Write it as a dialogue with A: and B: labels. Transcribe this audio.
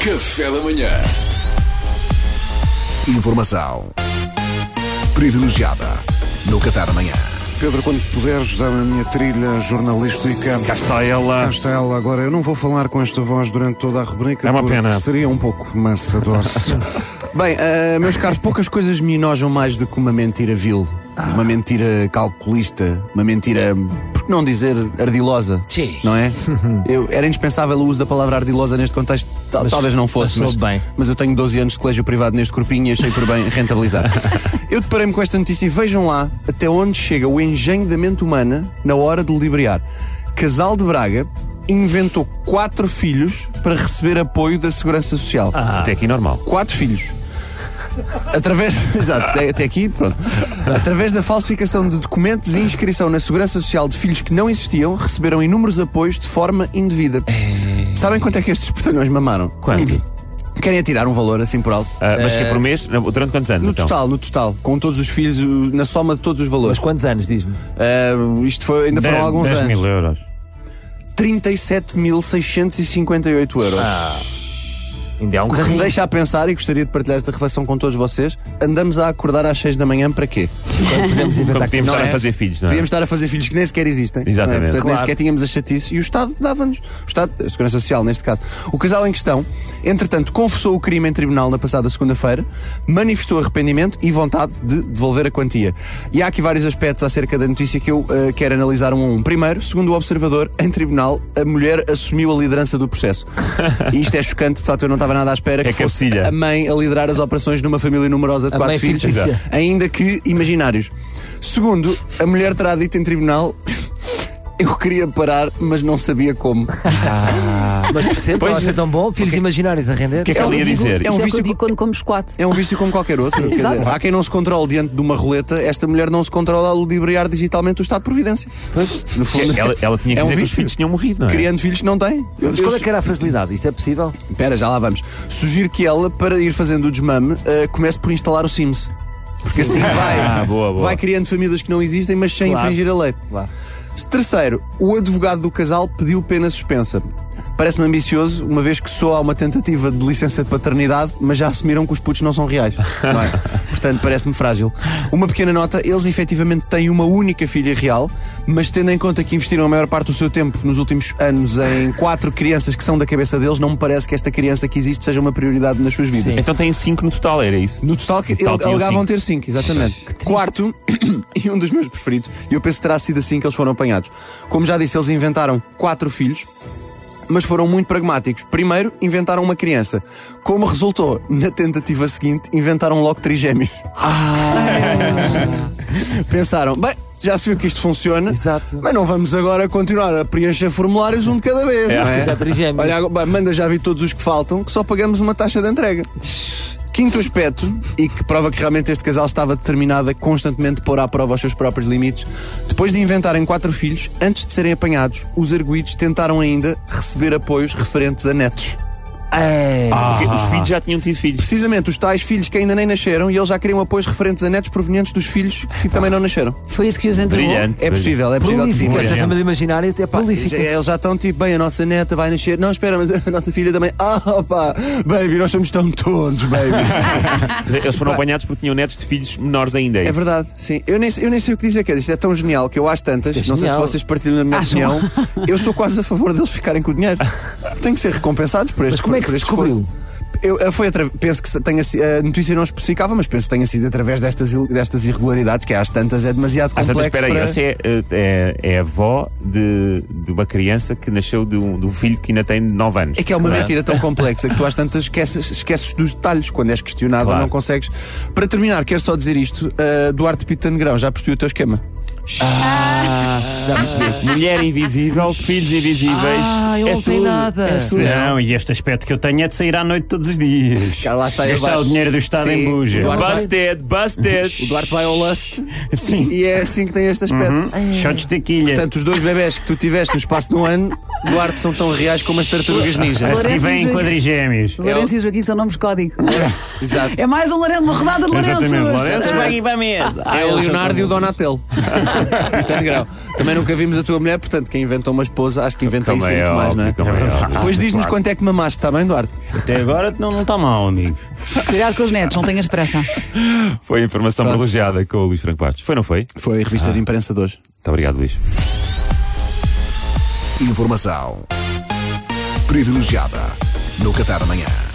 A: Café da Manhã. Informação privilegiada no Café da Manhã.
B: Pedro, quando puderes, dá-me a minha trilha jornalística.
C: Cá está ela.
B: Cá está ela agora. Eu não vou falar com esta voz durante toda a rubrica.
C: É uma
B: porque
C: pena.
B: Seria um pouco maçador. Bem, ah, meus caros, poucas coisas me enojam mais do que uma mentira vil.
D: Ah.
B: Uma mentira calculista. Uma mentira, por que não dizer, ardilosa.
D: Sim.
B: Não é? Eu, era indispensável o uso da palavra ardilosa neste contexto. Tal- talvez não fosse,
D: mas soube bem.
B: mas eu tenho 12 anos de colégio privado neste corpinho e achei por bem rentabilizar. eu deparei-me com esta notícia e vejam lá até onde chega o engenho da mente humana na hora de liberar. Casal de Braga inventou quatro filhos para receber apoio da Segurança Social.
D: Ah.
C: Até é aqui normal.
B: Quatro filhos. Através, exato, até, até aqui, pronto. Através da falsificação de documentos e inscrição na Segurança Social de filhos que não existiam, receberam inúmeros apoios de forma indevida. Sabem quanto é que estes portalhões mamaram?
C: Quanto?
B: Querem atirar um valor assim por alto?
C: Ah, mas que é por mês? Não, Durante quantos anos
B: No
C: então?
B: total, no total, com todos os filhos, o- na soma de todos os valores.
D: Mas quantos anos, diz-me?
B: Ah, isto foi, ainda foram
C: Dez-
B: alguns
C: dez
B: anos.
C: mil euros.
B: 37.658 euros.
C: Ah.
D: Ainda há um
B: O que me
D: carrinho.
B: deixa a pensar e gostaria de partilhar esta reflexão com todos vocês. Andamos a acordar às 6 da manhã para quê?
D: Podemos
C: Como
D: inventar
C: podíamos
B: não
C: estar
B: é?
C: a fazer filhos, não é?
B: Podíamos estar a fazer filhos que nem sequer existem. não é?
C: Exatamente.
B: Portanto, nem
C: Claro.
B: sequer tínhamos a chatice e o Estado dava-nos. O Estado, a Segurança Social, neste caso. O casal em questão, entretanto, confessou o crime em tribunal na passada segunda-feira, manifestou arrependimento e vontade de devolver a quantia. E há aqui vários aspectos acerca da notícia que eu eh, quero analisar um a um. Primeiro, segundo o observador, em tribunal, a mulher assumiu a liderança do processo. E isto é chocante, de facto, eu não estava nada à espera
C: É
B: que fosse
C: cabecilha.
B: a mãe a liderar as operações numa família numerosa de
D: A
B: quatro
D: mãe
B: filhos,
D: fictícia.
B: é ainda que imaginários. Segundo, a mulher terá dito em tribunal: Eu queria parar, mas não sabia como.
D: Mas percebo,
C: Pois. é
D: pois ser é tão bom. Filhos imaginários a render.
C: que é que ela
B: um
C: ia
B: digo-
C: dizer?
B: é um
E: Isso é o que
B: vício
E: eu digo quando como chocolate.
B: É um vício como qualquer outro. Quer dizer, há quem não se controle diante de uma roleta, esta mulher não se controla ao liberar digitalmente o Estado de Providência. No fundo,
C: Ela, ela tinha que dizer que
B: É um
C: os
B: vício.
C: filhos tinham morrido, não é?
B: Criando filhos não tem.
D: Mas qual é que era a fragilidade? Isto é possível?
B: Espera, já lá vamos. Sugiro que ela, para ir fazendo o desmame, eh, comece por instalar o Sims. Porque assim vai,
C: Ah, boa, boa.
B: vai criando famílias que não existem, mas sem
D: Claro.
B: infringir a lei.
D: Claro.
B: Terceiro, o advogado do casal pediu pena suspensa. Parece-me ambicioso, uma vez que só há uma tentativa de licença de paternidade, mas já assumiram que os putos não são reais. Não é? Portanto, parece-me frágil. Uma pequena nota: eles efetivamente têm uma única filha real, mas tendo em conta que investiram a maior parte do seu tempo nos últimos anos em quatro crianças que são da cabeça deles, não me parece que esta criança que existe seja uma prioridade nas suas vidas.
D: Sim.
C: Então tem cinco no total, era isso?
B: No total, que
C: total
B: ele-
C: tinham
B: alegavam
C: cinco.
B: ter 5, exatamente. Quarto, e um dos meus preferidos, e eu penso que terá sido assim que eles foram apanhados. Como já disse, eles inventaram quatro filhos, mas foram muito pragmáticos. Primeiro, inventaram uma criança. Como resultou, na tentativa seguinte, inventaram logo trigêmeos.
C: Ah.
B: Pensaram, bem. Já se viu que isto funciona,
D: Exato.
B: mas não vamos agora continuar a preencher formulários um de cada vez, não é?
D: já trigêmeos.
B: Olha, agora- bem, manda já vir todos os que faltam, que só pagamos uma taxa de entrega. Quinto aspecto, e que prova que realmente este casal estava determinado a constantemente pôr à prova os seus próprios limites, depois de inventarem quatro filhos, antes de serem apanhados, os arguídos tentaram ainda receber apoios referentes a netos.
D: Ah, Ei,
C: Porque
B: Ah.
C: os filhos já tinham tido filhos.
B: Precisamente os tais filhos que ainda nem nasceram e eles já queriam apoios referentes a netos provenientes dos filhos que também não nasceram.
E: Foi isso que os entregou.
C: Brilhante.
B: É possível, é possível que sim.
D: prolífica. Esta
C: Brilhante.
D: família imaginária é prolífica.
B: Eles já estão tipo, bem, a nossa neta vai nascer. Não, espera, mas a nossa filha também. Ah, pá, baby, nós somos tão tontos, baby.
C: Eles foram apanhados porque tinham netos de filhos menores ainda.
B: É verdade, sim. Eu nem, eu nem sei o que dizer, quer dizer, isto é tão genial que eu acho tantas,
D: Isto é
B: não sei se
D: genial.
B: vocês partilham a minha
E: Acham?
B: opinião, eu sou quase a favor deles ficarem com o dinheiro. Têm que ser recompensados por este
D: Mas como é que
B: por
D: se
B: este
D: descobriu?
B: esforço. Eu, eu foi atra- penso que se tenha si- a notícia não especificava, mas penso que tenha sido através destas, il- destas irregularidades, que às tantas é demasiado
C: Às
B: complexo
C: tantas, Ah, espera aí,
B: para...
C: essa é, eh, é, é a avó de, de uma criança que nasceu de um, de um filho que ainda tem 9 anos.
B: É que é uma
C: não
B: mentira tão complexa que tu às tantas esqueces, esqueces dos detalhes quando és questionado
C: Claro.
B: ou não consegues. Para terminar, quero só dizer isto: uh, Duarte Pito de Negrão, já percebi o teu esquema?
C: Mulher invisível, filhos invisíveis.
D: Ah, eu
C: é
D: não tenho
C: tudo.
D: nada.
F: Não, e este aspecto que eu tenho é de sair à noite todos os dias.
B: Cá lá está é ele,
F: Gastar
B: vai.
F: o dinheiro do Estado
B: Sim,
F: em buja.
B: Duarte vai-
C: Busted,
B: O
C: busted.
B: Duarte vai ao Lust
F: Sim,
B: e é assim que tem este aspecto.
F: Uhum. shots de tequilha.
B: Portanto, os dois bebés que tu tiveste no espaço de um ano, Duarte, são tão reais como as tartarugas ninja.
F: a seguir
E: Lourenço e
F: vêm
E: Joaquim.
F: quadrigêmeos.
E: Lourenço e Joaquim são nomes código.
B: Exato.
E: É mais um Lourenço, uma rodada de Lourenços.
F: Exatamente, Lourenço.
E: Ah,
F: para a mesa.
B: É o Leonardo e o Donatello. E tem grau. Também nunca vimos a tua mulher, portanto, quem inventa uma esposa, acho que inventa isso e muito mais, não é?
F: Ah,
B: Depois diz-nos quanto é que mamaste, está bem, Duarte?
F: Até agora não não está mal, amigos.
E: Cuidado com os netos, não tenhas pressa.
C: é. Foi a informação elogiada com o Luís Franco Bastos. Foi, não foi? Muito
B: Foi a revista de imprensa de hoje.
C: obrigado, Luís.
A: Informação privilegiada no Café da Manhã.